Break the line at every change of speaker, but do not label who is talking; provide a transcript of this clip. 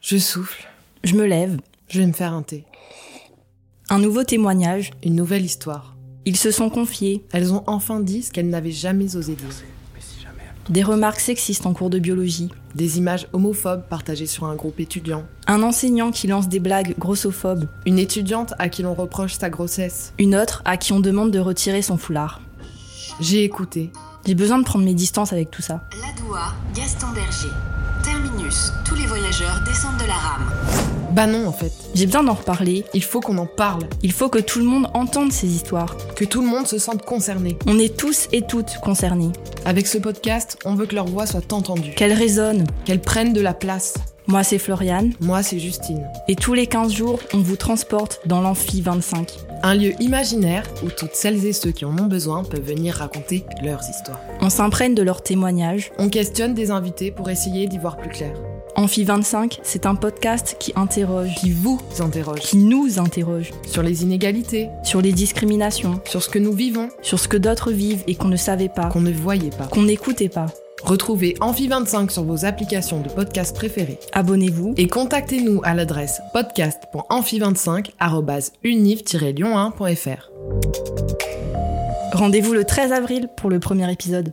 Je souffle.
Je me lève.
Je vais me faire un thé.
Un nouveau témoignage.
Une nouvelle histoire.
Ils se sont confiés.
Elles ont enfin dit ce qu'elles n'avaient jamais osé dire.
Des remarques sexistes en cours de biologie.
Des images homophobes partagées sur un groupe étudiant.
Un enseignant qui lance des blagues grossophobes.
Une étudiante à qui l'on reproche sa grossesse.
Une autre à qui on demande de retirer son foulard.
J'ai écouté.
J'ai besoin de prendre mes distances avec tout ça.
Ladoua, Gaston Berger. Terminus, tous les voyageurs descendent de la rame.
Bah non, en fait.
J'ai besoin d'en reparler.
Il faut qu'on en parle.
Il faut que tout le monde entende ces histoires.
Que tout le monde se sente concerné.
On est tous et toutes concernés.
Avec ce podcast, on veut que leur voix soit entendue.
Qu'elles résonnent.
Qu'elles prennent de la place.
Moi, c'est Floriane.
Moi, c'est Justine.
Et tous les 15 jours, on vous transporte dans l'Amphi 25.
Un lieu imaginaire où toutes celles et ceux qui en ont besoin peuvent venir raconter leurs histoires.
On s'imprègne de leurs témoignages.
On questionne des invités pour essayer d'y voir plus clair.
Amphi 25, c'est un podcast qui interroge,
Qui vous interroge
qui nous interroge
sur les inégalités,
sur les discriminations,
sur ce que nous vivons,
sur ce que d'autres vivent et qu'on ne savait pas,
qu'on ne voyait pas.
qu'on n'écoutait pas.
Retrouvez Amphi25 sur vos applications de podcast préférées
Abonnez-vous
et contactez-nous à l'adresse podcast.amphi25@unif-lyon1.fr.
Rendez-vous le 13 avril pour le premier épisode.